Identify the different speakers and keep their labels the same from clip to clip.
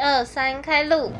Speaker 1: 二三，开录。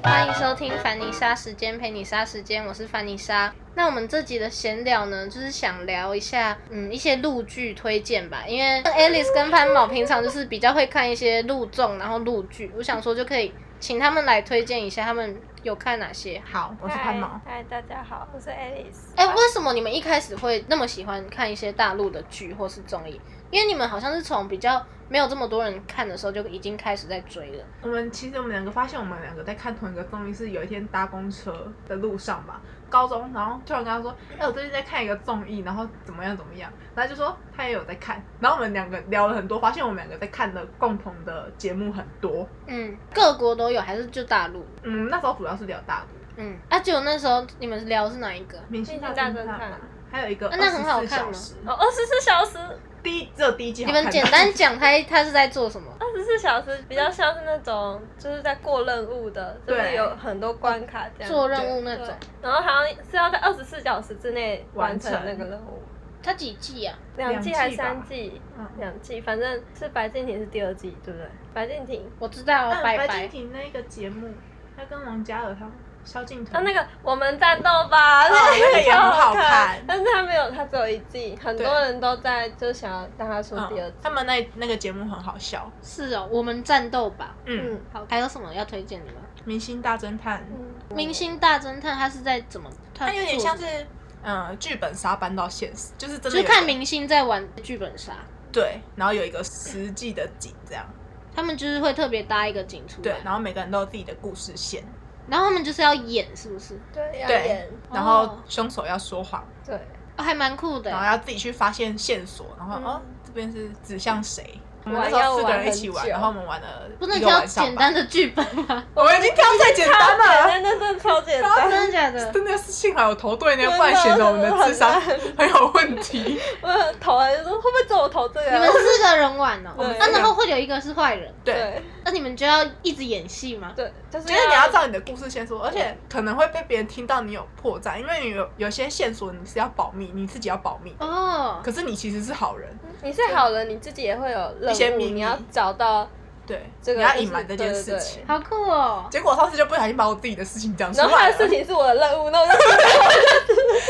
Speaker 1: 欢迎收听凡妮莎时间陪你莎时间，我是凡妮莎。那我们这集的闲聊呢，就是想聊一下，嗯，一些陆剧推荐吧。因为 Alice 跟潘某平常就是比较会看一些陆综，然后陆剧，我想说就可以请他们来推荐一下他们有看哪些。
Speaker 2: 好，我是
Speaker 3: 嗨
Speaker 2: 潘毛。
Speaker 3: 嗨，大家好，我是 Alice。
Speaker 1: 哎、为什么你们一开始会那么喜欢看一些大陆的剧或是综艺？因为你们好像是从比较没有这么多人看的时候就已经开始在追了。
Speaker 2: 我们其实我们两个发现，我们两个在看同一个综艺，是有一天搭公车的路上吧，高中，然后突然跟他说：“哎、我最近在看一个综艺，然后怎么样怎么样。”然后就说他也有在看，然后我们两个聊了很多，发现我们两个在看的共同的节目很多。
Speaker 1: 嗯，各国都有，还是就大陆？
Speaker 2: 嗯，那时候主要是聊大陆
Speaker 1: 嗯，啊，就那时候你们聊的是哪一个？
Speaker 2: 明星大
Speaker 3: 大
Speaker 2: 侦
Speaker 3: 侦
Speaker 2: 探
Speaker 3: 探
Speaker 2: 嘛，还有一个
Speaker 1: 啊那很好
Speaker 2: 24
Speaker 1: 看
Speaker 2: 小
Speaker 1: 吗
Speaker 2: 时
Speaker 3: 哦，二十四小时，
Speaker 2: 第一只有第一季好
Speaker 1: 你
Speaker 2: 看
Speaker 1: 们简单讲他他是在做什么？
Speaker 3: 二十四小时比较像是那种就是在过任务的，就是
Speaker 2: 对
Speaker 3: 有很多关卡这样。
Speaker 1: 做任务那
Speaker 3: 对
Speaker 1: 种。
Speaker 3: 然后好像是要在二十四小时之内完成
Speaker 2: 完成
Speaker 3: 那个任务，
Speaker 1: 他几季啊？
Speaker 3: 两
Speaker 2: 两
Speaker 3: 季
Speaker 2: 季吧
Speaker 3: 还是三季？
Speaker 2: 嗯
Speaker 3: 两季，反正是白敬亭是第二季，对不对？白敬亭。
Speaker 1: 我知道哦，
Speaker 2: 嗯
Speaker 1: 拜
Speaker 2: 白
Speaker 1: 拜
Speaker 2: 敬。亭那个节目，他跟王嘉尔他们萧敬腾
Speaker 3: 啊，那个我们战斗吧，
Speaker 2: 哦那个也
Speaker 3: 超
Speaker 2: 很好
Speaker 3: 看
Speaker 2: 看，
Speaker 3: 但是他没有，他只有一季，很多
Speaker 2: 对
Speaker 3: 人都在就想要让他出第二
Speaker 2: 嗯
Speaker 3: 季。
Speaker 2: 他们那那个节目很好笑。
Speaker 1: 是哦，我们战斗吧。
Speaker 2: 嗯，
Speaker 3: 嗯
Speaker 1: 好，还有什么要推荐的吗？
Speaker 2: 明星大侦探。
Speaker 3: 嗯，
Speaker 1: 明星大侦探》他是在怎么？他
Speaker 2: 它有点
Speaker 1: 做
Speaker 2: 像
Speaker 1: 什
Speaker 2: 是
Speaker 1: 么，
Speaker 2: 嗯，剧本杀搬到现实，就是真
Speaker 1: 就
Speaker 2: 的有
Speaker 1: 是
Speaker 2: 一个
Speaker 1: 看明星在玩剧本杀，
Speaker 2: 对，然后有一个实际的景这样，
Speaker 3: 嗯
Speaker 1: 他们就是会特别搭一个景出来，
Speaker 2: 对，然后每个人都有自己的故事线，
Speaker 1: 然后他们就是要演，是不是？
Speaker 3: 对，要
Speaker 2: 对
Speaker 3: 演，
Speaker 2: 然后凶手要说谎，
Speaker 3: 对。
Speaker 1: 哦、还蛮酷的
Speaker 2: 然后
Speaker 1: 耶。
Speaker 2: 要自己去发现线索，然后
Speaker 3: 嗯
Speaker 2: 哦这边是指向谁，我们那
Speaker 3: 玩
Speaker 2: 时候
Speaker 3: 要
Speaker 2: 四个
Speaker 3: 玩
Speaker 2: 人一起玩，
Speaker 3: 很久
Speaker 2: 然后我们玩了
Speaker 1: 不能
Speaker 2: 一个
Speaker 1: 挑
Speaker 2: 晚
Speaker 1: 简
Speaker 2: 上
Speaker 1: 单
Speaker 2: 吧，
Speaker 1: 的剧本吗？
Speaker 2: 我们已经挑最简单
Speaker 3: 超
Speaker 2: 了，
Speaker 3: 简单，真的超简
Speaker 1: 真
Speaker 3: 单。
Speaker 1: 的假的？
Speaker 2: 真的是幸好有投对呢，不然显得我们的智商
Speaker 3: 真的很
Speaker 2: 很有问题。
Speaker 3: 我很头啊，就说会不会只有我投这个
Speaker 1: 你们
Speaker 3: 啊？
Speaker 1: 四个人玩哦，
Speaker 3: 对
Speaker 1: 啊，然后会有一个是坏人，
Speaker 2: 对，
Speaker 3: 对
Speaker 1: 那你们就要一直演戏吗？
Speaker 3: 对，啊就是
Speaker 2: 就是你要照你的故事线索，而且可能会被别人听到你有破绽，因为你有有些线索你是要保密，你自己要保密，
Speaker 1: 哦，
Speaker 2: 可是你其实是好人，
Speaker 3: 你是好人，你自己也会有任
Speaker 2: 一些
Speaker 3: 务，
Speaker 2: 秘密
Speaker 3: 你要找到，
Speaker 2: 对，
Speaker 3: 这个
Speaker 2: 你要
Speaker 3: 就是
Speaker 2: 隐瞒这件事情。
Speaker 1: 好酷哦！
Speaker 2: 结果我上次就不小心把我自己的事情讲出
Speaker 3: 然后他
Speaker 2: 来
Speaker 3: 的 事
Speaker 2: 了，
Speaker 3: 情是我的任务，那我就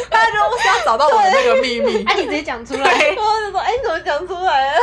Speaker 2: 大家就是要找到我的那个秘密
Speaker 1: 哎、。你直接讲出来，
Speaker 2: 对，
Speaker 3: 我就说，哎，你怎么讲出来了？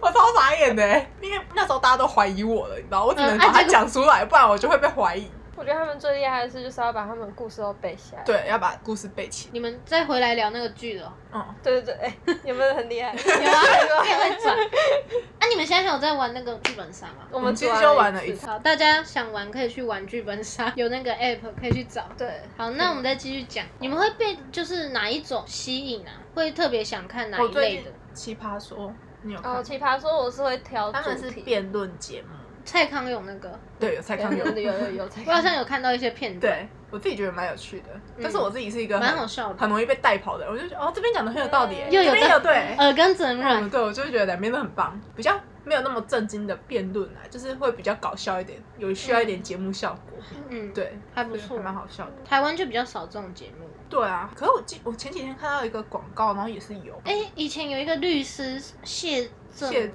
Speaker 2: 我超傻眼的，因为那时候大家都怀疑我了，你知道，我只能
Speaker 1: 嗯啊
Speaker 2: 把它
Speaker 1: 结果
Speaker 2: 讲出来，不然我就会被怀疑。
Speaker 3: 我觉得他们最厉害的是，就是要把他们故事都背下来。
Speaker 2: 对，要把故事背起。
Speaker 1: 你们再回来聊那个剧 了哦。
Speaker 2: 嗯，
Speaker 3: 对对对，哎，你们很厉害。
Speaker 1: 有啊，你也会转。啊，你们现在还有在玩那个剧本杀吗？
Speaker 3: 我
Speaker 2: 我们
Speaker 3: 们
Speaker 2: 其实就玩了
Speaker 3: 一
Speaker 2: 一
Speaker 3: 次。
Speaker 2: 次，
Speaker 1: 好，大家想玩可以去玩剧本杀， 有那个 app 可以去找。
Speaker 3: 对，
Speaker 1: 好，那我们再继续讲，你们会被就是哪一种吸引啊？会特别想看哪
Speaker 2: 我
Speaker 1: 一
Speaker 2: 最
Speaker 1: 类
Speaker 2: 近
Speaker 1: 的？
Speaker 2: 奇葩说，你有
Speaker 3: 哦，
Speaker 2: 看？
Speaker 3: 奇葩说我是会挑
Speaker 2: 他们
Speaker 3: 主
Speaker 2: 是
Speaker 3: 题，
Speaker 2: 辩论节目，
Speaker 1: 蔡康永那个，
Speaker 2: 对，有蔡康
Speaker 3: 有
Speaker 2: 永
Speaker 3: 有。有有才
Speaker 1: 我好像有看到一些片段，
Speaker 2: 对我自己觉得蛮有趣的，
Speaker 1: 嗯
Speaker 2: 但是我自己是一个
Speaker 1: 蛮
Speaker 2: 很
Speaker 1: 好笑的嗯
Speaker 2: 很容易被带跑的人，我就觉得哦这边讲的很有道理耶，
Speaker 1: 又有
Speaker 2: 这边
Speaker 1: 道
Speaker 2: 有对，
Speaker 1: 耳根子很
Speaker 2: 嗯
Speaker 1: 软。
Speaker 2: 对，我就觉得两边都很棒，比较没有那么震惊的辩论啊，就是会比较搞笑一点，有需要一点节目效果，
Speaker 1: 嗯，，
Speaker 2: 对，
Speaker 1: 还不
Speaker 2: 所以
Speaker 1: 错
Speaker 2: 还。蛮好笑的。
Speaker 1: 台湾就比较少这种节目。
Speaker 2: 对啊，可是我记我前几天看到一个广告，然后也是有，
Speaker 1: 哎、以前有一个律师谢正
Speaker 2: 谢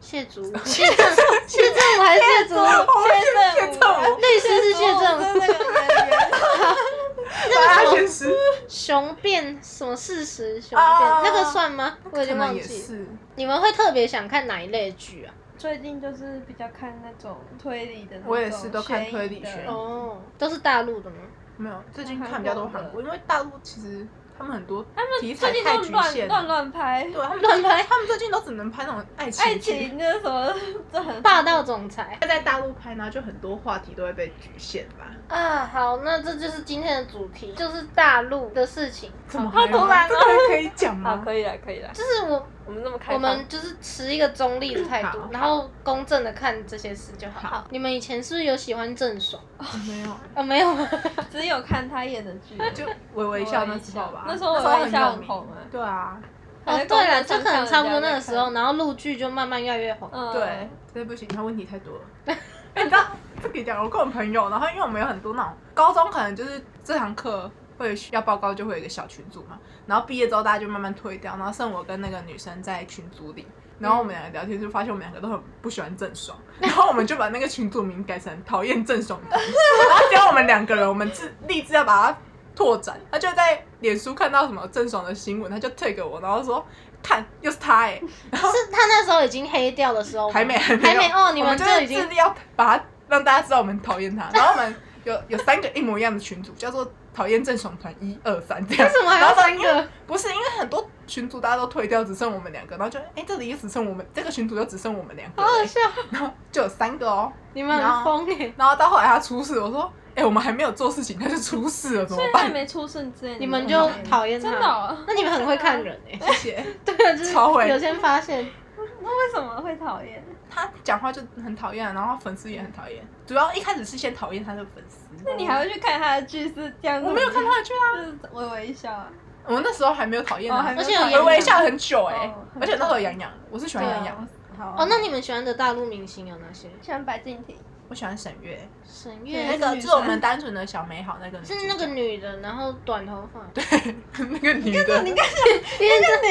Speaker 1: 谢 祖武，谢正谢正武还是谢祖武？
Speaker 3: 谢振武
Speaker 2: 谢振武，
Speaker 1: 律师是谢正
Speaker 3: 我
Speaker 1: 武
Speaker 3: 是那个演员。
Speaker 1: 哎
Speaker 2: 大家先吃，
Speaker 1: 雄辩什么事实雄辩、
Speaker 2: 啊
Speaker 1: 哦那个算吗？我已
Speaker 2: 可
Speaker 1: 经
Speaker 2: 能
Speaker 1: 忘
Speaker 2: 也
Speaker 1: 记。
Speaker 2: 是，
Speaker 1: 你们会特别想看哪一类的剧啊？
Speaker 3: 最近就是比较看那种推理的那种悬疑的，
Speaker 2: 我也是都看推理悬疑
Speaker 3: 哦
Speaker 1: 哦，都是大陆的吗？
Speaker 2: 没有，最近看比较多韩
Speaker 3: 韩
Speaker 2: 国，
Speaker 3: 国
Speaker 2: 因为大陆其实他们很多
Speaker 3: 他们
Speaker 2: 题
Speaker 3: 最
Speaker 2: 材
Speaker 3: 近
Speaker 2: 太
Speaker 3: 都
Speaker 2: 局
Speaker 3: 乱
Speaker 2: 限
Speaker 3: 乱
Speaker 2: 了，
Speaker 3: 乱拍，
Speaker 2: 对他们
Speaker 1: 乱拍
Speaker 2: 他们最近都只能拍那种爱情
Speaker 3: 爱
Speaker 2: 剧
Speaker 3: 情那什么，这很
Speaker 1: 霸道总裁
Speaker 2: 在大陆拍呢，就很多话题都会被局限吧。
Speaker 1: 啊！好，那这就是今天的主题，就是大陆的事情。
Speaker 2: 怎么
Speaker 3: 好
Speaker 2: 还有
Speaker 3: 突然哦
Speaker 2: 这个啊可以讲
Speaker 3: 好，
Speaker 2: 吗？
Speaker 3: 可以了，可以了，
Speaker 1: 就是我
Speaker 3: 我们那么开
Speaker 1: 我
Speaker 3: 放，
Speaker 1: 们就是持一个中立的态度
Speaker 2: 好，
Speaker 1: 然后公正的看这些事就好。
Speaker 2: 好
Speaker 1: 你们以前是不是有喜欢郑爽？
Speaker 2: 没有，
Speaker 1: 啊，没 有吗？
Speaker 3: 只有看他演的剧，
Speaker 2: 就微微一笑那时候吧。
Speaker 3: 那时候微微一笑很红啊
Speaker 2: 对啊，
Speaker 3: 还
Speaker 1: 哦
Speaker 3: 在，公
Speaker 1: 对了，
Speaker 3: 园
Speaker 1: 这
Speaker 3: 上
Speaker 1: 可能差不多
Speaker 3: 看人家
Speaker 1: 那个时候，然后陆剧就慢慢越来越
Speaker 2: 哦
Speaker 1: 红。
Speaker 3: 嗯，
Speaker 2: 对，真的不行，他问题太多了。哦哎你知道这个讲，我跟我朋友，然后因为我们有很多那种高中可能就是这堂课会要报告就会有一个小群组嘛，然后毕业之后大家就慢慢退掉，然后剩我跟那个女生在群组里。然后我们两个聊天就发现我们两个都很不喜欢郑爽，然后我们就把那个群组名改成讨厌郑爽团，然后只要我们两个人，我们自立志要把它拓展。他就在脸书看到什么郑爽的新闻，他就退给我，然后说看又是他哎、
Speaker 1: 是他那时候已经黑掉的时候吗，
Speaker 2: 还没还没
Speaker 1: 还没哦，你
Speaker 2: 我们就
Speaker 1: 就是已
Speaker 2: 致
Speaker 1: 经
Speaker 2: 力要把它让大家知道我们讨厌他，然后我们有有三个一模一样的群组，叫做讨厌郑爽团一二三这样。
Speaker 1: 为什么还要
Speaker 2: 然后
Speaker 1: 三
Speaker 2: 因为
Speaker 1: 个？
Speaker 2: 不是因为很多群组大家都退掉，只剩我们两个，然后就哎、这里也只剩我们这个群组就只剩我们两个
Speaker 1: 好好
Speaker 2: 人，
Speaker 1: 笑，
Speaker 2: 然后就有三个哦。
Speaker 1: 你们很疯哎！
Speaker 2: 然后到后来他出事，我说哎、我们还没有做事情他就出事了，怎么
Speaker 3: 所 以还
Speaker 2: 办？
Speaker 3: 没出事之前，
Speaker 1: 你们就讨厌他，
Speaker 3: 真的哦？
Speaker 1: 那你们很会看人哎、
Speaker 2: 谢谢。
Speaker 1: 对啊，就是
Speaker 2: 超会
Speaker 1: 有先发现，
Speaker 3: 那为什么会讨厌？
Speaker 2: 他讲话就很讨厌，然后粉丝也很讨厌，主要一开始是先讨厌他的粉丝。
Speaker 3: 那你还会去看他的剧是这样子？
Speaker 2: 我没有看他的剧啊，
Speaker 3: 就是微微笑啊。
Speaker 2: 我那时候还没有讨厌
Speaker 3: 哦
Speaker 2: 他
Speaker 3: 还，没
Speaker 1: 而且有
Speaker 2: 我
Speaker 1: 演
Speaker 2: 微微笑很久哎、
Speaker 3: 哦
Speaker 2: 而且那时候有杨洋，我是喜欢杨洋，
Speaker 3: 好啊
Speaker 1: 哦，那你们喜欢的大陆明星有哪些？
Speaker 3: 喜欢白敬亭？
Speaker 2: 我喜欢沈月，
Speaker 1: 沈
Speaker 3: 对
Speaker 1: 月
Speaker 2: 那
Speaker 3: 那
Speaker 2: 个
Speaker 3: 个
Speaker 2: 就是我们单纯的小美好那个女主角，
Speaker 1: 是那个女的，然后短头发，
Speaker 2: 那个女的，
Speaker 1: 因为这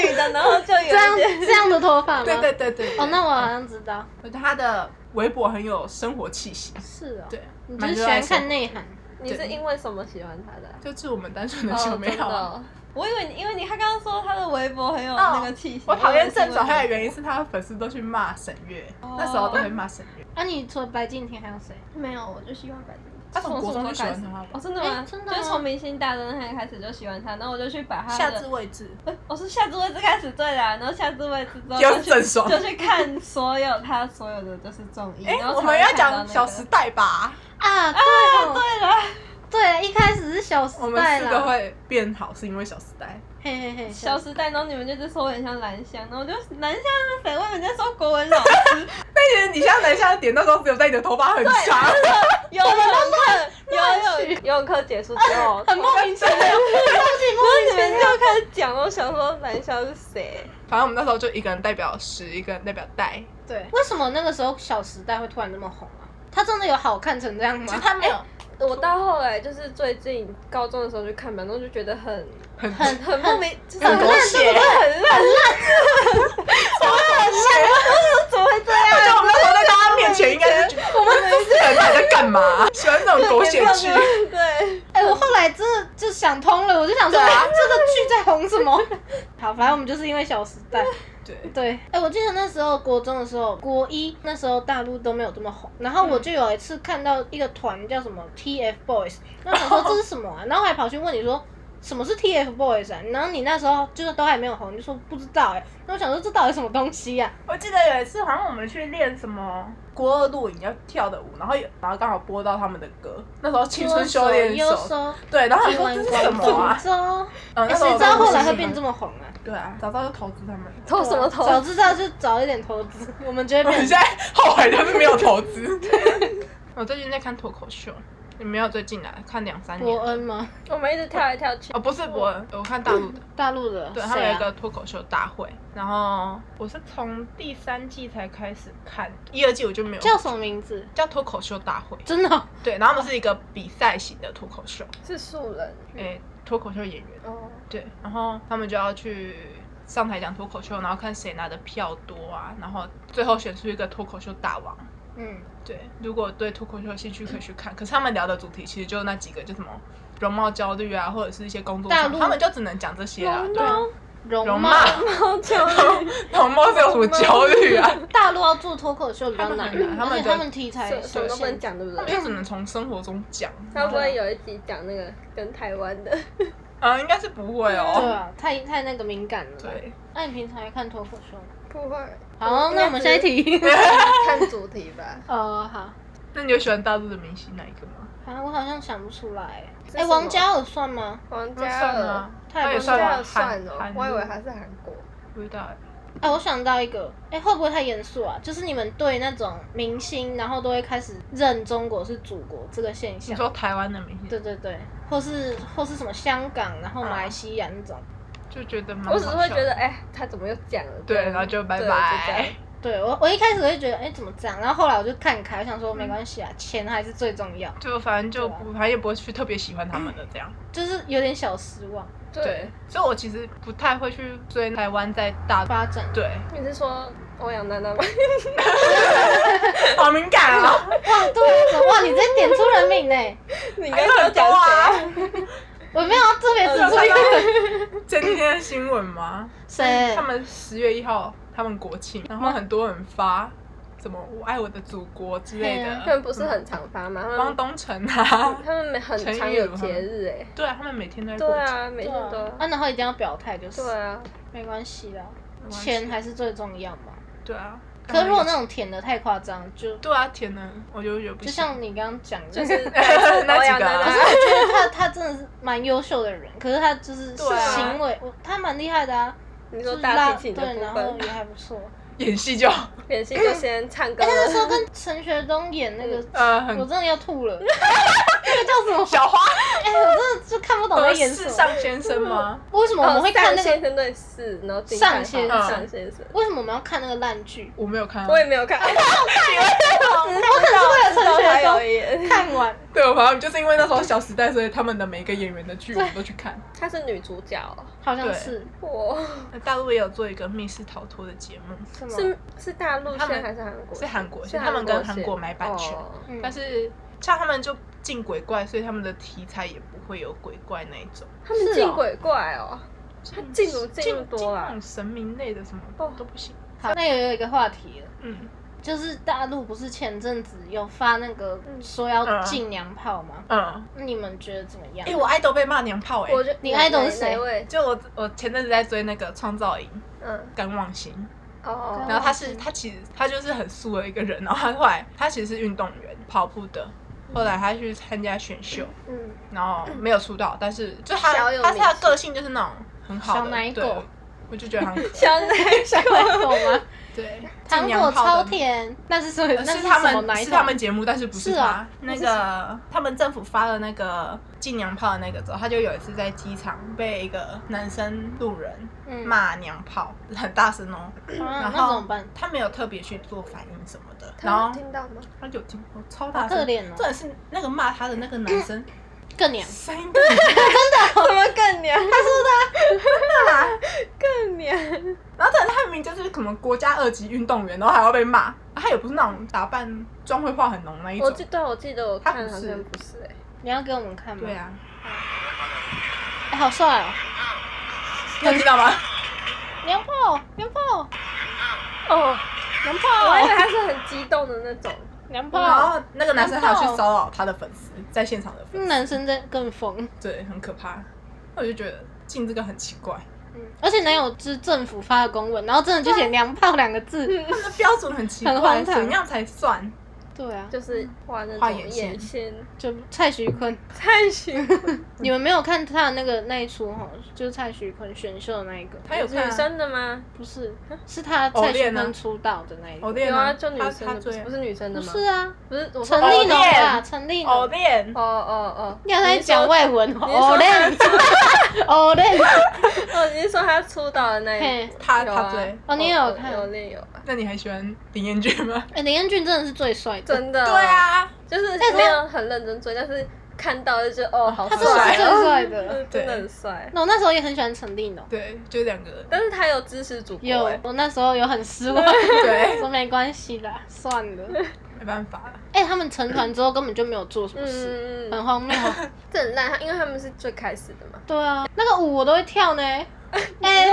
Speaker 3: 女的，然后就有
Speaker 1: 这样
Speaker 3: 一点
Speaker 1: 啊这样的头发吗？
Speaker 2: 对对对对，
Speaker 1: 哦，那我好像知道，
Speaker 2: 我觉得她的微博很有生活气息，
Speaker 1: 是哦。
Speaker 2: 对，
Speaker 1: 你就
Speaker 2: 蛮
Speaker 1: 是喜
Speaker 2: 热爱
Speaker 1: 欢
Speaker 2: 生
Speaker 1: 看内涵，
Speaker 3: 你是因为什么喜欢他的啊？
Speaker 2: 就是我们单纯的
Speaker 3: 哦
Speaker 2: 小美好
Speaker 3: 真的
Speaker 2: 啊。
Speaker 3: 哦我以为你，因为你他刚刚说他的微博很有哦那个气息。
Speaker 2: 哦我讨厌郑爽，
Speaker 3: 我以为
Speaker 2: 她的原因是她的粉丝都去骂沈月，
Speaker 3: 哦
Speaker 2: 那时候都会骂沈月。
Speaker 1: 那、啊你除了白敬亭还有谁？
Speaker 3: 是没有，我就喜欢白敬亭。
Speaker 2: 她从国中就喜欢他吧
Speaker 3: 哦，真的吗
Speaker 1: 哎？真的吗
Speaker 3: 就是从明星大侦探开始就喜欢他，然后我就去把他
Speaker 2: 夏至
Speaker 3: 的，
Speaker 2: 未至，
Speaker 3: 哎我是下肢位置开始对啦，然后下肢位置之后
Speaker 2: 又
Speaker 3: 就是去
Speaker 2: 郑爽
Speaker 3: 啊就。去看所有他所有的就是综艺，
Speaker 2: 哎、
Speaker 3: 然后
Speaker 2: 我
Speaker 3: 才会
Speaker 2: 们要
Speaker 3: 看到那
Speaker 2: 讲《
Speaker 3: 个
Speaker 2: 小时代》吧？
Speaker 1: 啊，对哦，
Speaker 3: 对了，
Speaker 1: 对，一开始是小时
Speaker 2: 我们
Speaker 1: 代
Speaker 2: 四个
Speaker 1: 啦，
Speaker 2: 会变好是因为《小时代
Speaker 1: 嘿嘿嘿，
Speaker 3: 《小时代》，然后你们就是说我很像蓝翔，然后我就蓝翔是谁？我以为你在说国文老师，》。
Speaker 2: 但其 实你现在南下的点，那时候只有在你的头发很长，
Speaker 3: 游泳课，游
Speaker 1: 乱
Speaker 3: 泳游泳课结束之后，
Speaker 1: 很莫名其妙，超级
Speaker 3: 然后
Speaker 1: 莫名
Speaker 3: 你
Speaker 1: 其
Speaker 3: 们
Speaker 1: 妙。
Speaker 3: 就开始讲，我想说蓝翔是谁？
Speaker 2: 反正我们那时候就一个人代表十，一个人代表代。
Speaker 3: 对，
Speaker 1: 为什么那个时候《小时代》会突然那么红啊？它真的有好看成这样吗？哎
Speaker 2: 他没有
Speaker 3: 我到后来就是最近高中的时候去看吧，然后就觉得很
Speaker 2: 很
Speaker 1: 很
Speaker 3: 很莫名，就是
Speaker 2: 很
Speaker 3: 很
Speaker 2: 狗
Speaker 3: 烂，
Speaker 2: 血
Speaker 3: 真的很烂，怎么会这样？
Speaker 2: 但我们那时候在大家面前应该是觉得我们这四个人到底在干嘛？喜欢那种狗血剧，
Speaker 3: 对，
Speaker 1: 哎、我后来真的就想通了，我就想说，
Speaker 2: 对啊
Speaker 1: 哎这个剧在红什么？ 好，反正我们就是因为《小时 代》。
Speaker 2: 对，
Speaker 1: 对，哎、我记得那时候国中的时候，国一那时候大陆都没有这么红，然后我
Speaker 2: 嗯
Speaker 1: 就有一次看到一个团叫什么 TFBOYS，然后想 说这是什么啊，然后还跑去问你说。什么是 TFBOYS 啊？然后你那时候就是都还没有红，你就说不知道哎、那我想说这到底什么东西啊呀、
Speaker 2: 我记得有一次好像我们去练什么国二录影要跳的舞，然后有然后刚好播到他们的歌，那时候青春修炼
Speaker 1: 优
Speaker 2: 手，
Speaker 1: 手，
Speaker 2: 对，然后你
Speaker 1: 台
Speaker 2: 说
Speaker 1: 湾
Speaker 2: 这是
Speaker 1: 广
Speaker 2: 什么啊？
Speaker 1: 州，
Speaker 2: 嗯，
Speaker 1: 哎
Speaker 2: 那时候
Speaker 1: 谁
Speaker 2: 我
Speaker 1: 知道
Speaker 2: 不
Speaker 1: 后
Speaker 2: 是
Speaker 1: 来会
Speaker 2: 喜
Speaker 1: 变
Speaker 2: 欢
Speaker 1: 这么红啊？
Speaker 2: 对啊，早知道就投资他们。
Speaker 3: 投什么投？
Speaker 1: 早知道就早一点投资，我们就会
Speaker 2: 啊 我
Speaker 1: 变
Speaker 2: 现在后悔他们没有投资。 我最近在看脱口秀，你没有最近啊？看两三
Speaker 1: 伯
Speaker 2: 年。
Speaker 1: 恩吗？
Speaker 3: 我们一直跳来跳去，
Speaker 2: 哦，不是伯恩，我看大陆的，
Speaker 1: 大陆的，
Speaker 2: 对，他
Speaker 1: 谁
Speaker 2: 们有
Speaker 1: 啊
Speaker 2: 一个脱口秀大会，然后我是从第三季才开始看，一二季我就没有。
Speaker 1: 叫什么名字？
Speaker 2: 叫脱口秀大会，
Speaker 1: 真的哦、
Speaker 2: 对，然后他们是一个比赛型的脱口秀，
Speaker 3: 是素人。
Speaker 1: 嗯
Speaker 2: 诶、脱口秀演员，
Speaker 3: 哦，
Speaker 2: 对，然后他们就要去上台讲脱口秀，然后看谁拿的票多啊，然后最后选出一个脱口秀大王，
Speaker 1: 嗯，
Speaker 2: 对，如果对脱口秀有兴趣可以去看。可是他们聊的主题其实就那几个，就什么容貌焦虑啊，或者是一些工作
Speaker 1: 大
Speaker 2: 上
Speaker 1: 陆
Speaker 2: 他们就只能讲这些啊。对，
Speaker 1: 容
Speaker 2: 容
Speaker 1: 貌
Speaker 2: 貌，
Speaker 3: 好 久了，
Speaker 2: 容貌是有什么焦虑啊？
Speaker 1: 大陆要做脱口秀比较难
Speaker 2: 他们很难
Speaker 1: 啊，而且
Speaker 2: 他们就
Speaker 1: 他们题材
Speaker 3: 什什
Speaker 1: 受
Speaker 3: 么都不能
Speaker 1: 限。
Speaker 3: 讲，对不
Speaker 2: 他们
Speaker 3: 对？
Speaker 2: 就只能从生活中讲。
Speaker 3: 他不会有一集讲那个跟台湾的？
Speaker 2: 嗯，应该是不会
Speaker 1: 对
Speaker 2: 哦。
Speaker 1: 啊，太太那个敏感了。，
Speaker 2: 对，
Speaker 1: 那你平常会看脱口秀吗？
Speaker 3: 不会。
Speaker 1: 好，那我们下一题。
Speaker 3: 看主题吧。
Speaker 1: 哦，好，
Speaker 2: 那你有喜欢大陆的明星哪一个吗？
Speaker 1: 啊，我好像想不出来。
Speaker 3: 是
Speaker 1: 哎，
Speaker 3: 什么
Speaker 1: 王嘉尔算吗？
Speaker 3: 王
Speaker 2: 那
Speaker 3: 嘉
Speaker 2: 算
Speaker 3: 尔
Speaker 2: 啊，，
Speaker 1: 他也
Speaker 2: 也
Speaker 1: 不
Speaker 2: 算
Speaker 3: 嘉
Speaker 2: 吗？
Speaker 3: 尔算
Speaker 2: 韩
Speaker 3: 哦，
Speaker 2: 韩
Speaker 3: 我以为
Speaker 2: 路
Speaker 3: 他是韩国。
Speaker 2: 不知道欸。
Speaker 1: 哎、我想到一个，哎、会不会太严肃啊？就是你们对那种明星，然后都会开始认中国是祖国这个现
Speaker 2: 你
Speaker 1: 象。
Speaker 2: 说台湾的明星，
Speaker 1: 对对对，或是或是什么香港，然后马来西亚那种。
Speaker 2: 就觉得蛮
Speaker 3: 我只是
Speaker 2: 好
Speaker 3: 会
Speaker 2: 笑
Speaker 3: 觉得，哎，他怎么又讲了？
Speaker 2: 对，然后就拜
Speaker 3: 对就这
Speaker 2: 拜
Speaker 3: 样。
Speaker 1: 对我，我一开始会觉得，哎、怎么这样？然后后来我就看开，我想说没关系啊，钱还是最重要，
Speaker 2: 就反正就
Speaker 1: 对啊
Speaker 2: 不，反正也不会去特别喜欢他们的这样。
Speaker 1: 就是有点小失望。
Speaker 2: 对，，所以我其实不太会去追台湾在大
Speaker 1: 发展
Speaker 2: 对，
Speaker 3: 你是说欧阳娜娜 吗？
Speaker 2: 好敏感啊！
Speaker 1: 哇，对啊，哇，你直接点出人名呢、
Speaker 3: 你
Speaker 2: 应
Speaker 3: 刚刚要讲谁啊？
Speaker 2: 谁？
Speaker 1: 我没有要特别指出一个 人
Speaker 2: 前几天的新闻吗？
Speaker 1: 谁
Speaker 2: 他，们十月一号，他们国庆，然后很多人发什么“我爱我的祖国”之类
Speaker 1: 对
Speaker 2: 的
Speaker 1: 啊。
Speaker 3: 他们不是很常发吗？他
Speaker 2: 汪
Speaker 3: 们
Speaker 2: 东城 啊，
Speaker 3: 他们很常有节日哎、
Speaker 2: 对啊，他们每天都在过
Speaker 3: 对
Speaker 2: 节，
Speaker 3: 啊，每
Speaker 1: 对
Speaker 3: 天都
Speaker 1: 啊，啊，然后一定要表态就是，
Speaker 3: 对啊，
Speaker 1: 没关系啦，
Speaker 2: 没关系
Speaker 1: 钱还是最重要嘛。
Speaker 2: 对啊。
Speaker 1: 可是如果那种舔的太夸张，就
Speaker 2: 对啊，天呐，我就觉得不
Speaker 1: 就
Speaker 2: 行
Speaker 1: 像你刚刚讲的，
Speaker 3: 就
Speaker 1: 就是
Speaker 3: 是啊
Speaker 2: 那
Speaker 3: 欧
Speaker 2: 几
Speaker 3: 阳
Speaker 2: 个
Speaker 3: 娜
Speaker 2: 啊
Speaker 1: 可是
Speaker 3: 娜
Speaker 1: 我。觉得他他真的是蛮优秀的人，可是他就是
Speaker 2: 对啊
Speaker 1: 行为，我他蛮厉害的啊，
Speaker 3: 你
Speaker 1: 就
Speaker 3: 说
Speaker 1: 是
Speaker 3: 大
Speaker 1: 拉
Speaker 3: 提琴的
Speaker 1: 对，
Speaker 3: 部
Speaker 1: 然后也
Speaker 3: 分，
Speaker 1: 还不错。
Speaker 2: 演戏就
Speaker 3: 扁心就先唱歌
Speaker 1: 哎，那时候
Speaker 3: 了。
Speaker 1: 跟陈学冬演那个，
Speaker 2: 呃
Speaker 1: 我
Speaker 2: 很
Speaker 1: 真的要吐了，那个叫什么？
Speaker 2: 小花
Speaker 1: 哎，我真的就看不懂在
Speaker 2: 和
Speaker 1: 演什
Speaker 2: 呃世
Speaker 1: 么。
Speaker 2: 上哦先生吗？
Speaker 1: 为什么哦我们会看那
Speaker 3: 上先
Speaker 1: 个？
Speaker 3: 生对是，然后金
Speaker 1: 上
Speaker 3: 凯
Speaker 1: 先
Speaker 3: 豪
Speaker 2: 生
Speaker 3: 上先生，
Speaker 1: 为什么我们要看那个烂剧？
Speaker 2: 我没有看啊，
Speaker 3: 我也 没有看，
Speaker 1: 我可能是哦为了陈
Speaker 3: 还
Speaker 1: 学
Speaker 3: 有
Speaker 1: 冬
Speaker 3: 演，
Speaker 1: 看完，
Speaker 2: 对我反正就是因为那时候《小时代》，所以他们的每一个演员的剧我都去看。
Speaker 3: 她是女主角哦，
Speaker 1: 好像
Speaker 2: 对
Speaker 1: 是
Speaker 3: 我
Speaker 2: 那大陆也有做一个密室逃脱的节目，
Speaker 1: 什么？
Speaker 3: 是是大陆
Speaker 2: 他
Speaker 3: 线
Speaker 2: 们
Speaker 3: 还是韩国线？
Speaker 2: 是韩国线
Speaker 3: 是
Speaker 2: 他们跟韩国买版权
Speaker 3: 哦
Speaker 1: 嗯
Speaker 2: 但是像他们就进鬼怪，所以他们的题材也不会有鬼怪那一种。
Speaker 3: 他们
Speaker 1: 是
Speaker 3: 进
Speaker 1: 哦
Speaker 3: 鬼怪哦，他进入进入
Speaker 2: 进
Speaker 3: 多
Speaker 2: 那
Speaker 3: 啊
Speaker 2: 种，神明类的什么
Speaker 3: 哦
Speaker 2: 都不行。
Speaker 1: 好，那也有一个话题了。
Speaker 2: 嗯，
Speaker 1: 就是大陆不是前阵子有发那个说要禁娘炮吗？
Speaker 2: 嗯，
Speaker 1: 你们觉得怎么样
Speaker 2: 哎、？我爱豆被骂娘炮哎、
Speaker 3: 我觉得
Speaker 1: 你爱懂
Speaker 3: 哪
Speaker 1: 谁
Speaker 3: 哪位？
Speaker 2: 就我我前阵子在追那个《创造营
Speaker 3: 嗯》
Speaker 2: 甘望星，
Speaker 3: 哦，
Speaker 2: 然后他是
Speaker 1: 忘记
Speaker 2: 他其实他就是很素的一个人，然后他后来他其实是运动员，跑步的。后来他去参加选秀，
Speaker 3: 嗯，
Speaker 2: 然后没有出道，但是就他
Speaker 3: 小有
Speaker 2: 他是他
Speaker 3: 名气
Speaker 2: 个性就是那种很好的
Speaker 1: 小奶
Speaker 2: 对
Speaker 1: 狗
Speaker 2: 我就觉得很 可爱。
Speaker 3: 小奶
Speaker 1: 想来狗 吗？
Speaker 2: 对，
Speaker 1: 糖
Speaker 2: 尽量
Speaker 1: 果
Speaker 2: 泡的
Speaker 1: 超甜，那是什么？
Speaker 2: 呃
Speaker 1: 那
Speaker 2: 是
Speaker 1: 什
Speaker 2: 他
Speaker 1: 么
Speaker 2: 们
Speaker 1: 奶
Speaker 2: 是
Speaker 1: 种
Speaker 2: 他们节目，但是不是
Speaker 1: 是
Speaker 2: 他。
Speaker 1: 啊
Speaker 2: 那个他们政府发了那个禁娘炮的那个之后，他就有一次在机场被一个男生路人
Speaker 1: 嗯
Speaker 2: 骂娘炮，很大声哦。
Speaker 1: 啊
Speaker 2: 然
Speaker 1: 那
Speaker 2: 后
Speaker 1: 怎么办？
Speaker 2: 他没有特别去做反应什么的，然
Speaker 3: 他有
Speaker 2: 后
Speaker 3: 听到吗？
Speaker 2: 他有听过超大
Speaker 1: 好可
Speaker 2: 声，
Speaker 1: 怜哦
Speaker 2: 重点是那个骂他的那个男生
Speaker 1: 更 娘，
Speaker 2: 声音真的很
Speaker 3: 怎么更娘？他说
Speaker 2: 大，
Speaker 3: 更娘，
Speaker 2: 然后但他明明就是可能国家二级运动员，然后还要被骂，他也不是那种打扮妆会化很浓那一
Speaker 3: 我
Speaker 2: 种
Speaker 3: 记。得我记得我
Speaker 2: 他
Speaker 3: 看
Speaker 2: 不
Speaker 3: 好
Speaker 2: 是
Speaker 3: 像不是哎，
Speaker 1: 你要给我们看吗？
Speaker 2: 对，啊，
Speaker 1: 哎，好帅哦！
Speaker 2: 你
Speaker 3: 嗯
Speaker 2: 有听到 吗？
Speaker 1: 娘炮，娘炮，
Speaker 3: 哦，
Speaker 1: 娘
Speaker 3: 我以为
Speaker 1: 炮，
Speaker 3: 他是很激动的那种，
Speaker 1: 娘
Speaker 2: 然
Speaker 1: 炮。
Speaker 2: 后那个男生还有去骚扰他的粉丝，在现场的粉
Speaker 1: 那
Speaker 3: 嗯
Speaker 1: 男生在更疯，
Speaker 2: 丝，对，很可怕。那我就觉得进这个很奇怪，
Speaker 1: 嗯，而且男友是政府发的公文，然后真的就
Speaker 3: 啊
Speaker 1: 写“娘炮”两个字，
Speaker 3: 嗯
Speaker 2: 他们的标准很奇
Speaker 1: 很
Speaker 2: 怪，
Speaker 1: 荒
Speaker 2: 怎
Speaker 1: 唐
Speaker 2: 样才算？
Speaker 1: 对啊，
Speaker 3: 就是画那
Speaker 2: 画
Speaker 3: 种
Speaker 2: 眼线
Speaker 3: 眼线，
Speaker 1: 就蔡徐坤，
Speaker 3: 太虚。
Speaker 1: 你们没有看他的那个那一出哈，就是蔡徐坤选秀的那一个，
Speaker 2: 他有看
Speaker 3: 女
Speaker 2: 啊
Speaker 3: 生的吗？
Speaker 1: 不是
Speaker 3: 嗯
Speaker 1: 是他
Speaker 2: 偶
Speaker 1: 蔡徐
Speaker 2: 练啊
Speaker 1: 坤出道的那一
Speaker 2: 偶
Speaker 1: 个，
Speaker 2: 练
Speaker 3: 有啊，就女
Speaker 2: 他
Speaker 3: 生
Speaker 2: 他
Speaker 3: 的，不
Speaker 2: 追
Speaker 3: 是不是女生的
Speaker 1: 不
Speaker 3: 吗？
Speaker 1: 是啊，
Speaker 3: 不是，我说
Speaker 1: 陈立农
Speaker 2: 偶
Speaker 1: 啊，
Speaker 2: 练
Speaker 1: 陈立
Speaker 2: 偶
Speaker 1: 农，
Speaker 2: 练
Speaker 3: 哦，哦哦，
Speaker 1: 你好像在讲外文哦，
Speaker 3: 你是说
Speaker 1: 偶练， 偶 练，
Speaker 3: 哦，你是说他出道的那一
Speaker 1: 嘿
Speaker 3: 部？
Speaker 2: 他
Speaker 3: 有啊
Speaker 2: 他追。
Speaker 1: 哦你也有看
Speaker 3: 有练有啊，
Speaker 2: 那你还喜欢林彦俊吗？
Speaker 1: 哎，林彦俊真的是最帅的，
Speaker 3: 真的。哦
Speaker 2: 对，啊，
Speaker 3: 就是
Speaker 1: 但是他
Speaker 3: 没有很认真追，但是看到就觉得哦，好
Speaker 1: 他真的是
Speaker 3: 帅
Speaker 1: 最
Speaker 3: 哦，
Speaker 1: 帅
Speaker 3: 嗯
Speaker 1: 的。
Speaker 3: 真的很帅。
Speaker 1: 那我那时候也很喜欢陈立农，
Speaker 2: 对，就两 个。
Speaker 3: 但是他有支持主
Speaker 1: 有
Speaker 3: 播欸，
Speaker 1: 我那时候有很失 望，
Speaker 2: 对
Speaker 1: 说没关系啦，算了。
Speaker 2: 没办法了，
Speaker 1: 哎，他们成团之后根本就没有做什么事，
Speaker 3: 嗯嗯嗯
Speaker 1: 很，荒谬。
Speaker 3: 这很烂，他因为他们是最开始的嘛。
Speaker 1: 对啊，那个舞我都会跳 呢，哎，
Speaker 3: 哎，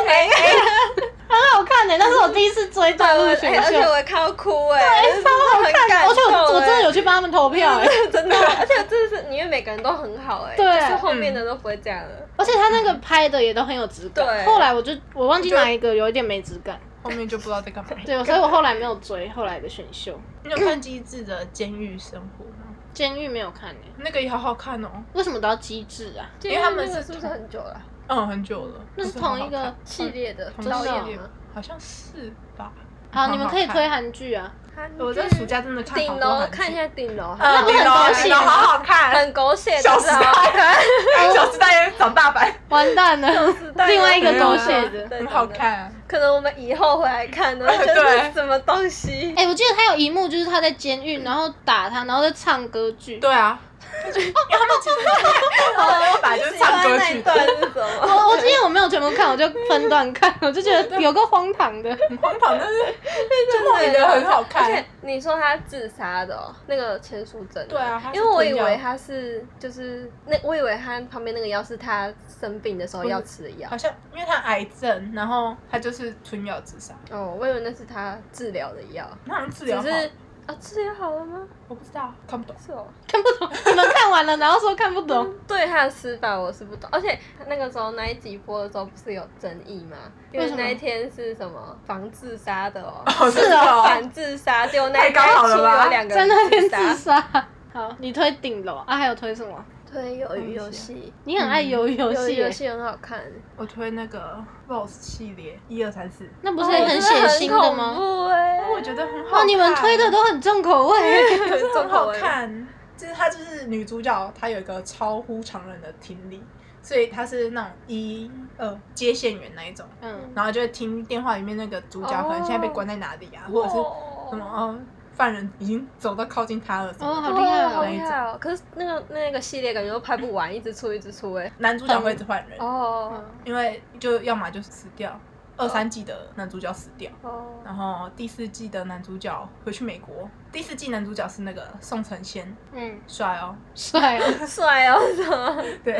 Speaker 1: 很好看呢，那是我第一次追
Speaker 3: 对，
Speaker 1: 大
Speaker 3: 我
Speaker 1: 陆
Speaker 3: 哎
Speaker 1: 选
Speaker 3: 而且
Speaker 1: 秀。
Speaker 3: 我还看到哭哎，真的
Speaker 1: 超好
Speaker 3: 很
Speaker 1: 看，
Speaker 3: 感
Speaker 1: 而且我
Speaker 3: 动
Speaker 1: 我真的
Speaker 3: 哎
Speaker 1: 有去帮他们投票 哎、
Speaker 3: 真的，而且真的是，因为每个人都很好哎，
Speaker 1: 对
Speaker 3: 就是后面的都不会这样了。
Speaker 1: 而且他那个拍的也都很有质感。
Speaker 3: 对
Speaker 1: 后来我就我忘记哪一个有一点没质感，
Speaker 2: 后面就不知道在干嘛。
Speaker 1: 对，所以我后来没有追后来的选秀，
Speaker 2: 你有看《机智的监狱生活》吗？
Speaker 1: 监狱没有看哎、
Speaker 2: 那个也好好看哦，
Speaker 1: 为什么都要机智啊？
Speaker 3: 因
Speaker 2: 为他们是
Speaker 3: 是不是很久了？
Speaker 2: 嗯，很久了。
Speaker 1: 那是
Speaker 2: 可好
Speaker 1: 同
Speaker 2: 看
Speaker 1: 一个
Speaker 3: 系列的
Speaker 2: 同
Speaker 1: 真
Speaker 3: 导
Speaker 1: 的
Speaker 2: 系
Speaker 3: 演
Speaker 2: 列
Speaker 3: 吗？
Speaker 4: 嗯
Speaker 2: 好像是吧？
Speaker 1: 好，
Speaker 2: 好
Speaker 1: 你们可以推韩剧啊。
Speaker 2: 我这暑假真的看好
Speaker 4: 顶
Speaker 2: 多
Speaker 4: 楼
Speaker 2: 韩剧
Speaker 4: 看一下顶楼，
Speaker 2: 呃，
Speaker 1: 那
Speaker 2: 顶
Speaker 1: 很
Speaker 2: 楼
Speaker 1: 高兴
Speaker 2: 顶楼好好看，
Speaker 4: 很狗血，
Speaker 2: 小
Speaker 4: 的
Speaker 2: 时代， 小时代长大版，
Speaker 1: 完蛋了， 另外一个狗血的。
Speaker 4: 对
Speaker 2: 很好。看啊。
Speaker 4: 可能我们以后回来 看呢，觉得是什么东西？
Speaker 1: 哎、我记得他有一幕就是他在监狱，然后打他，然后在唱歌剧。
Speaker 2: 对啊，因为他们其实他们本来 就是唱歌
Speaker 4: 你哦喜欢
Speaker 2: 曲
Speaker 4: 那一段
Speaker 2: 的，
Speaker 4: 是什
Speaker 1: 我
Speaker 4: 么？
Speaker 1: 我今天我没有全部看，我就分段看，我就觉得有个荒唐的。
Speaker 2: 很荒唐，但是就莫名的很好
Speaker 4: 而且
Speaker 2: 看。
Speaker 4: 你说他自杀的、哦，那个钱淑珍。
Speaker 2: 对啊他是
Speaker 4: 因为我以
Speaker 2: 吞药
Speaker 4: 为他是就是那，我以为他旁边那个药是他生病的时候要吃的药
Speaker 2: 好。像因为他癌症，然后他就是吞药自杀，
Speaker 4: 哦，我以为那是他治疗的药，
Speaker 2: 那好像治
Speaker 4: 只
Speaker 2: 疗好
Speaker 4: 是啊，治疗好了吗？
Speaker 2: 我不知道，看不懂。
Speaker 4: 是哦。
Speaker 1: 看不懂，你们看完了，然后说看不懂，
Speaker 4: 对他的死法我是不懂，而且那个时候那一集播的时候不是有争议吗？因
Speaker 1: 为
Speaker 4: 为
Speaker 1: 什么
Speaker 4: 那一天是什么防自杀的哦，
Speaker 2: 是
Speaker 1: 啊
Speaker 4: 反自杀，结果那一
Speaker 2: 太刚好
Speaker 4: 出
Speaker 2: 了吧
Speaker 4: 嗯有两个
Speaker 1: 在
Speaker 4: 人
Speaker 1: 那边自
Speaker 4: 杀，
Speaker 1: 杀。好，你推顶楼啊？还有推什么？
Speaker 4: 推鱿鱼游戏，
Speaker 1: 你很爱鱿鱼嗯
Speaker 4: 鱿
Speaker 1: 游
Speaker 4: 鱼
Speaker 1: 戏
Speaker 4: 游
Speaker 1: 耶，
Speaker 4: 戏很好看，
Speaker 2: 我推那个 Rose 系列一二三四，
Speaker 1: 那不是
Speaker 4: 哦
Speaker 1: 很血腥的？
Speaker 4: 真很恐
Speaker 1: 吗？
Speaker 4: 怖哎，
Speaker 2: 我觉得很好看。
Speaker 1: 哇，哦你们推的都很重口 味。
Speaker 2: 可是 很
Speaker 4: 重口
Speaker 2: 好
Speaker 4: 味
Speaker 2: 看，就是她就是女主角，她有一个超乎常人的听力，所以她是那种一呃接线员那一种，
Speaker 1: 嗯，
Speaker 2: 然后就会听电话里面那个主角可能现在被关在哪里啊，或者是
Speaker 4: 哦
Speaker 2: 什么哦犯人已经走到靠近她了什
Speaker 1: 哦
Speaker 2: 么
Speaker 1: 好
Speaker 2: 的。
Speaker 1: 厉害
Speaker 4: 哇
Speaker 1: 哦
Speaker 4: 好厉害哦！可是那个那个系列感觉都拍不完，一直出一直出哎。
Speaker 2: 男主角会一直换人，
Speaker 4: 哦
Speaker 2: 因为就要么就死掉，二三季的男主角死掉。
Speaker 4: 哦，
Speaker 2: 然后第四季的男主角回去美国，第四季男主角是那个宋承宪，
Speaker 1: 嗯，
Speaker 2: 帅哦，
Speaker 1: 帅哦。
Speaker 3: 嗯
Speaker 4: 帅 哦！什么
Speaker 2: 对，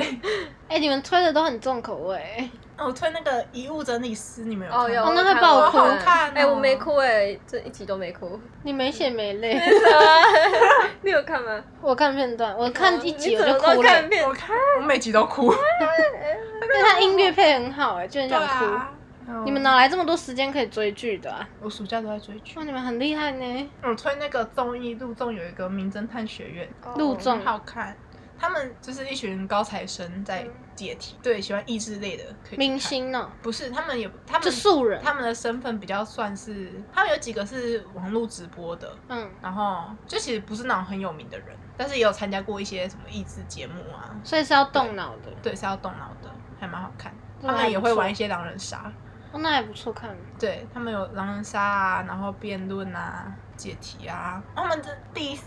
Speaker 1: 哎、你们推的都很重口味。
Speaker 2: 哦我推那个《遗物整理师》，你们有看吗？
Speaker 4: 哦，有
Speaker 1: 哦那
Speaker 4: 我
Speaker 1: 会
Speaker 4: 看
Speaker 1: 爆
Speaker 4: 我
Speaker 1: 哭
Speaker 4: 看
Speaker 2: 看哦
Speaker 4: 哎、我没哭哎、这一集都没 哭。
Speaker 1: 你没血没泪，
Speaker 4: 你有看吗？哦
Speaker 1: 我看片段，我看一集
Speaker 4: 你
Speaker 1: 我
Speaker 4: 怎么
Speaker 1: 就
Speaker 4: 都
Speaker 1: 哭了，欸
Speaker 4: 看
Speaker 1: 因
Speaker 4: 片
Speaker 2: 我看我每集都 哭，
Speaker 1: 为它音乐配很好哎、就很
Speaker 2: 对
Speaker 1: 想哭。
Speaker 2: 啊。嗯
Speaker 1: 你们哪来这么多时间可以追剧的啊？
Speaker 2: 我暑假都在追剧。嗯
Speaker 1: 哇，你们很厉害呢。
Speaker 2: 我推那个综艺《陆综》，有一个《名侦探学院
Speaker 1: 陆》，
Speaker 2: 很
Speaker 1: 综
Speaker 2: 好看。他们就是一群高材生在解题，对，喜欢益智类的可以去看
Speaker 1: 嗯明星哦、
Speaker 2: 不是他们也他
Speaker 1: 就
Speaker 2: 们
Speaker 1: 素人。
Speaker 2: 他们的身份比较算是，他们有几个是网络直播的，
Speaker 1: 嗯，
Speaker 2: 然后就其实不是那种很有名的人，但是也有参加过一些什么益智节目啊，
Speaker 1: 所以是要动脑的。
Speaker 2: 对，是要动脑的，还蛮好看。
Speaker 1: 那
Speaker 2: 他
Speaker 1: 还
Speaker 2: 们也
Speaker 1: 不
Speaker 2: 会
Speaker 1: 错
Speaker 2: 玩一些狼人杀，
Speaker 1: 哦，那还不错看。
Speaker 2: 对他们有狼人杀啊，然后辩论啊、解题啊。他们这第四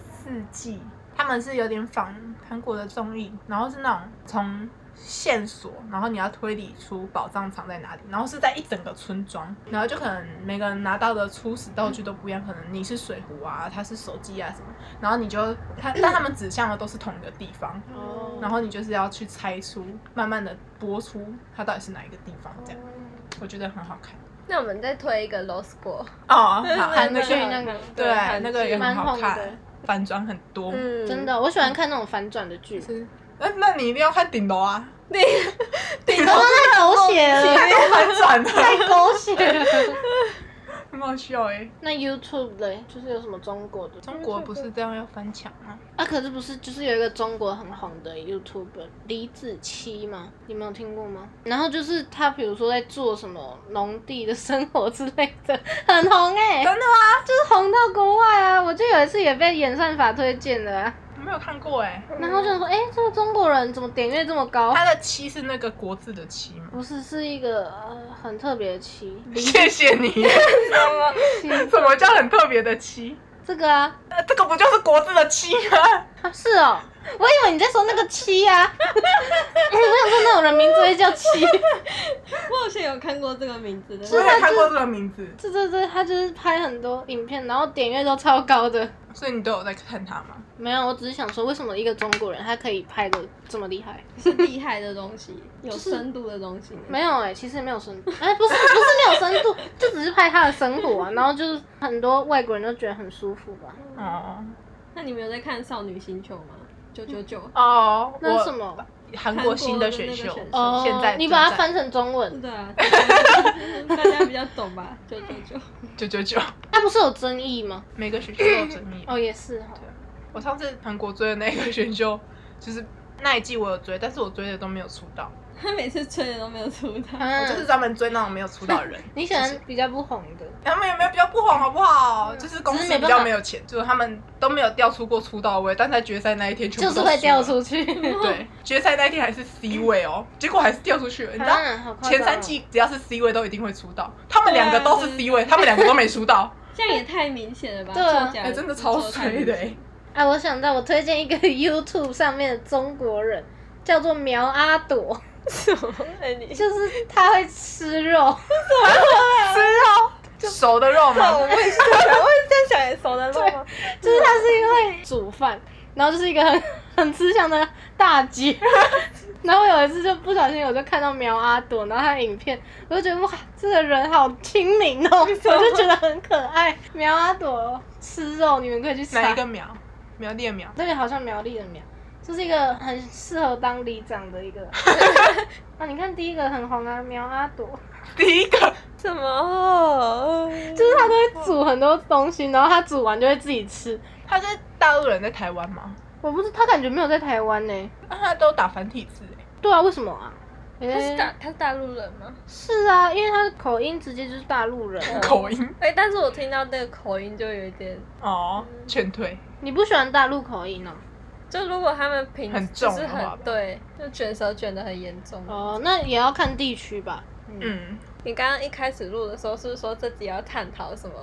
Speaker 2: 季，他们是有点仿韩国的综艺，然后是那种从线索，然后你要推理出宝藏藏在哪里，然后是在一整个村庄，然后就可能每个人拿到的初始道具都不一样，可能你是水壶啊，他是手机啊什么，然后你就他但他们指向的都是同一个地方，
Speaker 1: 哦
Speaker 2: 然后你就是要去猜出，慢慢的播出它到底是哪一个地方，这样我觉得很好看。
Speaker 4: 那我们再推一个《Lost Girl》，
Speaker 2: 哦，
Speaker 1: 韩
Speaker 2: 韩
Speaker 1: 剧
Speaker 2: 剧
Speaker 1: 那个啊
Speaker 2: 对
Speaker 4: 韩，剧
Speaker 2: 那个也很
Speaker 1: 蛮
Speaker 2: 好
Speaker 1: 红
Speaker 2: 看
Speaker 1: 的，
Speaker 2: 反转很多。
Speaker 4: 嗯，
Speaker 1: 真的，我喜欢看那种反转的剧。
Speaker 2: 是，那那你一定要看顶楼啊，
Speaker 1: 顶多太狗 血了，
Speaker 2: 都反转的，
Speaker 1: 太狗血了。
Speaker 2: 很好笑哎。
Speaker 1: 那 YouTube 嘞，就是有什么中国的
Speaker 2: 中国不是这样要翻墙吗？
Speaker 1: 啊？可是不是，就是有一个中国很红的 YouTube 李子柒嘛，你们有听过吗？然后就是他，比如说在做什么农地的生活之类的， 很红哎、
Speaker 2: 真的吗？
Speaker 1: 就是红到国外啊。我就有一次也被演算法推荐了、啊，
Speaker 2: 我没有看过哎。
Speaker 1: 然后就说，哎、这个中国人怎么点阅这么高？
Speaker 2: 他的七是那个国字的七 吗？
Speaker 1: 不是，是一个呃很特别的期，
Speaker 2: 谢谢你，
Speaker 1: 期
Speaker 2: 什么叫很特别的七？
Speaker 1: 这个啊
Speaker 2: 呃，这个不就是国字的七吗？
Speaker 1: 啊是哦，我以为你在说那个七啊， 我想说那种人名字会叫七，
Speaker 3: 我好像有看过这个名字的，
Speaker 2: 我也看过这个名字，
Speaker 1: 这这这他就是拍很多影片，然后点阅都超高的。
Speaker 2: 所以你都有在看它吗？
Speaker 1: 没有，我只是想说，为什么一个中国人他可以拍的这么厉害？
Speaker 3: 是厉害的东西，有深度的东西。
Speaker 1: 没有哎、其实也没有深 度，哎、不是不是没有深度，就只是拍他的生活啊，然后就是很多外国人都觉得很舒服吧。
Speaker 2: 哦
Speaker 3: 那你们有在看《少女星球》吗？九九九，
Speaker 2: 哦，
Speaker 1: 那
Speaker 2: 我
Speaker 1: 是什么？
Speaker 2: 韩国新的选秀
Speaker 3: 韩国的那个选秀
Speaker 1: 哦，
Speaker 2: 现在
Speaker 1: 你把它
Speaker 2: 正在
Speaker 1: 翻成中文，
Speaker 3: 对啊， 大家比较懂吧？九九九，
Speaker 2: 九九九，
Speaker 1: 它不是有争议吗？
Speaker 2: 每个学校都有争议。
Speaker 1: 哦，也是哈。
Speaker 2: 我上次韩国追的那个选秀，就是那一季我有追，但是我追的都没有出道，
Speaker 3: 他每次追的都没有出他。
Speaker 2: 我就是专门追那种没有出道的人。
Speaker 1: 嗯 你喜欢比较不红 的，
Speaker 2: 他们有没有比较不红好不好？就是公
Speaker 1: 嗯只是
Speaker 2: 司
Speaker 1: 没
Speaker 2: 比
Speaker 1: 办
Speaker 2: 较
Speaker 1: 法
Speaker 2: 没有钱，就是他们都没有掉出过出道位，但在决赛那一天全部
Speaker 1: 就是
Speaker 2: 都
Speaker 1: 会
Speaker 2: 输
Speaker 1: 掉
Speaker 2: 了
Speaker 1: 出 去。
Speaker 2: 对，决赛那一天还是 C 位哦，结果还是掉出去了。你知道，
Speaker 1: 啊好夸张哦啊
Speaker 2: 前三季只要是 C 位都一定会出道，他们两个都是 C 位，他们两个都没出道，
Speaker 3: 这样也太明显了吧？
Speaker 1: 对啊
Speaker 3: 作假
Speaker 2: 哎，真的超衰的。哎。
Speaker 1: 哎、我想到我推荐一个 YouTube 上面的中国人，叫做苗阿朵，
Speaker 4: 哎你
Speaker 1: 就是他会吃肉，
Speaker 2: 欸哦熟的肉
Speaker 4: 对，我
Speaker 2: 嘛，
Speaker 4: 也是这样想，我也是这样想，熟的肉吗？
Speaker 1: 就是他是因为煮饭，然后就是一个很 很吃香的大姐。 然后有一次就不小心我就看到苗阿朵，然后她的影片，我就觉得哇，这个人好亲民哦，我 就觉得很可爱。苗阿朵吃肉，你们可以去查
Speaker 2: 哪一个苗？苗栗的苗，
Speaker 1: 对，好像苗栗的苗，就是一个很适合当里长的一个。啊，你看第一个很红啊，苗阿朵，
Speaker 2: 第一个
Speaker 4: 什哦么？
Speaker 1: 就是他都会煮很多东西，然后他煮完就会自己吃。
Speaker 2: 他是大陆人在台湾吗？
Speaker 1: 我不是，他感觉没有在台湾呢、
Speaker 2: 啊他都打繁体字哎，
Speaker 1: 对啊，为什么啊？诶
Speaker 4: 他是大他是大陆人吗？
Speaker 1: 是啊，因为他的口音直接就是大陆人啊。
Speaker 2: 口音
Speaker 4: 哎，但是我听到那个口音就有一点，
Speaker 2: 哦，劝退。
Speaker 1: 你不喜欢大陆口音哦、
Speaker 4: 就如果他们平
Speaker 2: 很
Speaker 4: 就
Speaker 2: 重
Speaker 4: 是
Speaker 2: 的话吧
Speaker 4: 很对，就卷舌卷的很严重。
Speaker 1: 哦，那也要看地区吧。
Speaker 2: 嗯，
Speaker 4: 你刚刚一开始录的时候是不是说自己要探讨什么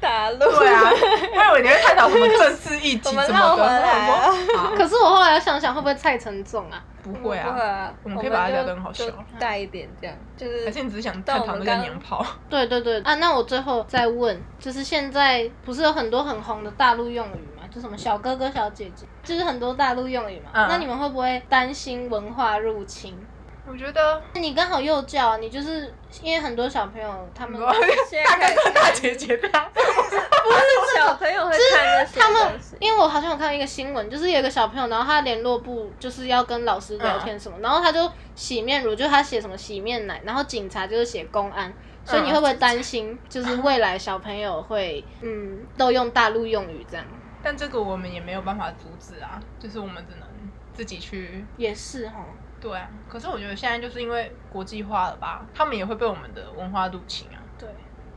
Speaker 4: 大陆？
Speaker 2: 对 啊，我以为你会探讨什么政治议题
Speaker 4: 我
Speaker 2: 什
Speaker 4: 们绕
Speaker 2: 么的，
Speaker 4: 回来啊
Speaker 2: 我想说啊
Speaker 1: 可是我后来想想，会不会蔡成重啊？
Speaker 2: 不会
Speaker 4: 不会
Speaker 2: 啊，
Speaker 4: 啊，
Speaker 2: 我们可以把它聊得很好
Speaker 4: 就
Speaker 2: 笑
Speaker 4: 就带一点这样，就是
Speaker 2: 而且你只是想探讨那个娘炮，
Speaker 1: 对对对啊，那我最后再问，就是现在不是有很多很红的大陆用语嘛，就什么小哥哥、小姐姐，就是很多大陆用语嘛。
Speaker 2: 嗯
Speaker 1: 那你们会不会担心文化入侵？
Speaker 2: 我觉得
Speaker 1: 你刚好幼教啊，你就是因为很多小朋友他 们
Speaker 2: 嗯
Speaker 4: 现
Speaker 2: 大
Speaker 4: 在
Speaker 2: 哥
Speaker 4: 开
Speaker 2: 跟
Speaker 4: 始
Speaker 2: 大姐姐的啊，
Speaker 4: 小朋友会看那些
Speaker 1: 他们
Speaker 4: 东西，
Speaker 1: 因为我好像有看到一个新闻，就是有一个小朋友，然后他联络部就是要跟老师聊天什么，然后他就洗面乳，就他写什么洗面奶，然后警察就是写公安，所以你会不会担心，就是未来小朋友会嗯都用大陆用语这样？
Speaker 2: 但这个我们也没有办法阻止啊，就是我们只能自己去。
Speaker 1: 也是哈，
Speaker 2: 对啊，可是我觉得现在就是因为国际化了吧，他们也会被我们的文化入侵啊。
Speaker 1: 对，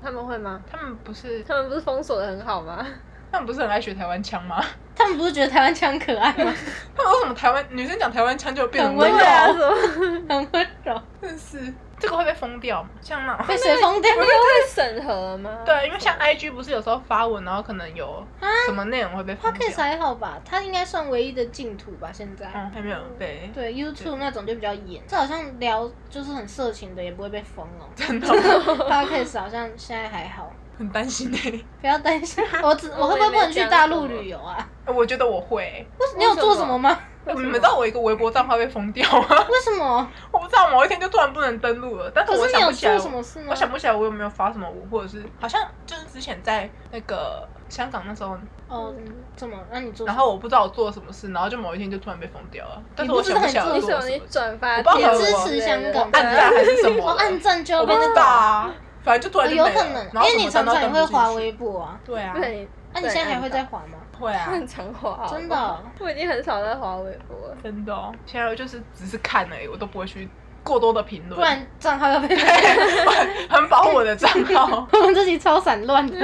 Speaker 4: 他们会吗？
Speaker 2: 他们不是
Speaker 4: 他们不是封锁的很好 吗？
Speaker 2: 他们不是很爱学台湾腔吗？
Speaker 1: 他们不是觉得台湾腔可爱 吗？
Speaker 2: 他们为什么台湾女生讲台湾腔就变得
Speaker 1: 很
Speaker 2: 温
Speaker 1: 温柔
Speaker 2: 柔？
Speaker 4: 对啊，什么？
Speaker 1: 很温柔，
Speaker 2: 真是这个会被封掉吗？像那种
Speaker 1: 被谁封掉？
Speaker 4: 他们会审核吗？
Speaker 2: 对，因为像 IG 不是有时候发文，然后可能有
Speaker 1: 啊
Speaker 2: 什么内容会被封
Speaker 1: p o
Speaker 2: 掉
Speaker 1: d c，还好吧，它应该算唯一的净土吧，现在。
Speaker 2: 嗯，还没有被
Speaker 1: 对 YouTube 那种就比较严，这好像聊就是很色情的也不会被封哦。
Speaker 2: 真 的
Speaker 1: Podcast 好像现在还好，
Speaker 2: 很担心哎、
Speaker 1: 不要担 心。我只
Speaker 4: 我
Speaker 1: 我会不会
Speaker 4: 也
Speaker 1: 不
Speaker 4: 没
Speaker 1: 能去
Speaker 4: 讲
Speaker 1: 大
Speaker 4: 什
Speaker 1: 陆
Speaker 4: 么
Speaker 1: 旅游啊？
Speaker 2: 我觉得我会欸、
Speaker 1: 你有做
Speaker 4: 为什么
Speaker 1: 什么吗？
Speaker 2: 你们知道我一个微博账号被封掉吗？
Speaker 1: 为什么？
Speaker 2: 我不知道，某一天就突然不能登录了。但是
Speaker 1: 可
Speaker 2: 我
Speaker 1: 是你
Speaker 2: 想
Speaker 1: 有
Speaker 2: 不起来
Speaker 1: 做
Speaker 2: 我，
Speaker 1: 什么事吗？
Speaker 2: 我想不起来我有没有发什么文，或者是好像就是之前在那个香港那时候，
Speaker 1: 哦，怎么？那你做什么？
Speaker 2: 嗯然后我不知道我做了什么事，然后就某一天就突然被封掉了。但是我
Speaker 1: 你不知
Speaker 2: 想
Speaker 1: 道
Speaker 2: 不起来我
Speaker 4: 你
Speaker 1: 你
Speaker 4: 什
Speaker 2: 做
Speaker 4: 么
Speaker 2: 了？
Speaker 4: 你转
Speaker 2: 什么事，
Speaker 4: 发
Speaker 2: 啊我不知道
Speaker 4: 贴
Speaker 2: 我
Speaker 4: 文
Speaker 1: 支持香港
Speaker 4: 对啊
Speaker 2: 按赞还是什 么？
Speaker 1: 哦，按赞就
Speaker 2: 我
Speaker 1: 要被
Speaker 2: 不
Speaker 1: 那
Speaker 2: 知
Speaker 1: 个
Speaker 2: 道
Speaker 1: 哦，
Speaker 2: 啊，反正就突然就
Speaker 1: 有
Speaker 2: 没
Speaker 1: 可
Speaker 2: 了
Speaker 1: 能，
Speaker 2: 然
Speaker 1: 因
Speaker 2: 后
Speaker 1: 为
Speaker 2: 什
Speaker 1: 你
Speaker 2: 么账
Speaker 1: 常
Speaker 2: 号
Speaker 1: 常也
Speaker 2: 登
Speaker 1: 会
Speaker 2: 不进
Speaker 1: 划
Speaker 2: 去
Speaker 1: 微博啊。
Speaker 2: 对啊，
Speaker 4: 对，
Speaker 1: 那你现在还会再划吗？
Speaker 2: 会啊，
Speaker 4: 很常滑，好不好
Speaker 1: 真的哦
Speaker 4: 我已经很少在滑微博了。
Speaker 2: 真的哦。现在就是只是看而已，我都不会去过多的评
Speaker 1: 不
Speaker 2: 论，
Speaker 1: 然账号要被封。。
Speaker 2: 很保护我的账 号
Speaker 1: 我们自己超散乱的。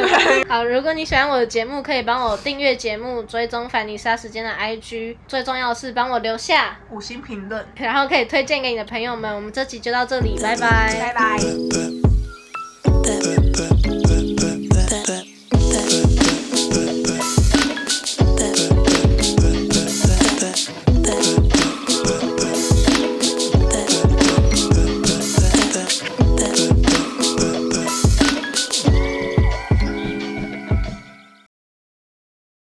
Speaker 1: 好，如果你喜欢我的节目，可以帮我订阅节目，追踪凡妮莎时间的 IG。最重要的是帮我留下，
Speaker 2: 五星评论，
Speaker 1: 然后可以推荐给你的朋友们。我们这集就到这里，拜拜。
Speaker 2: 拜。
Speaker 5: Bye.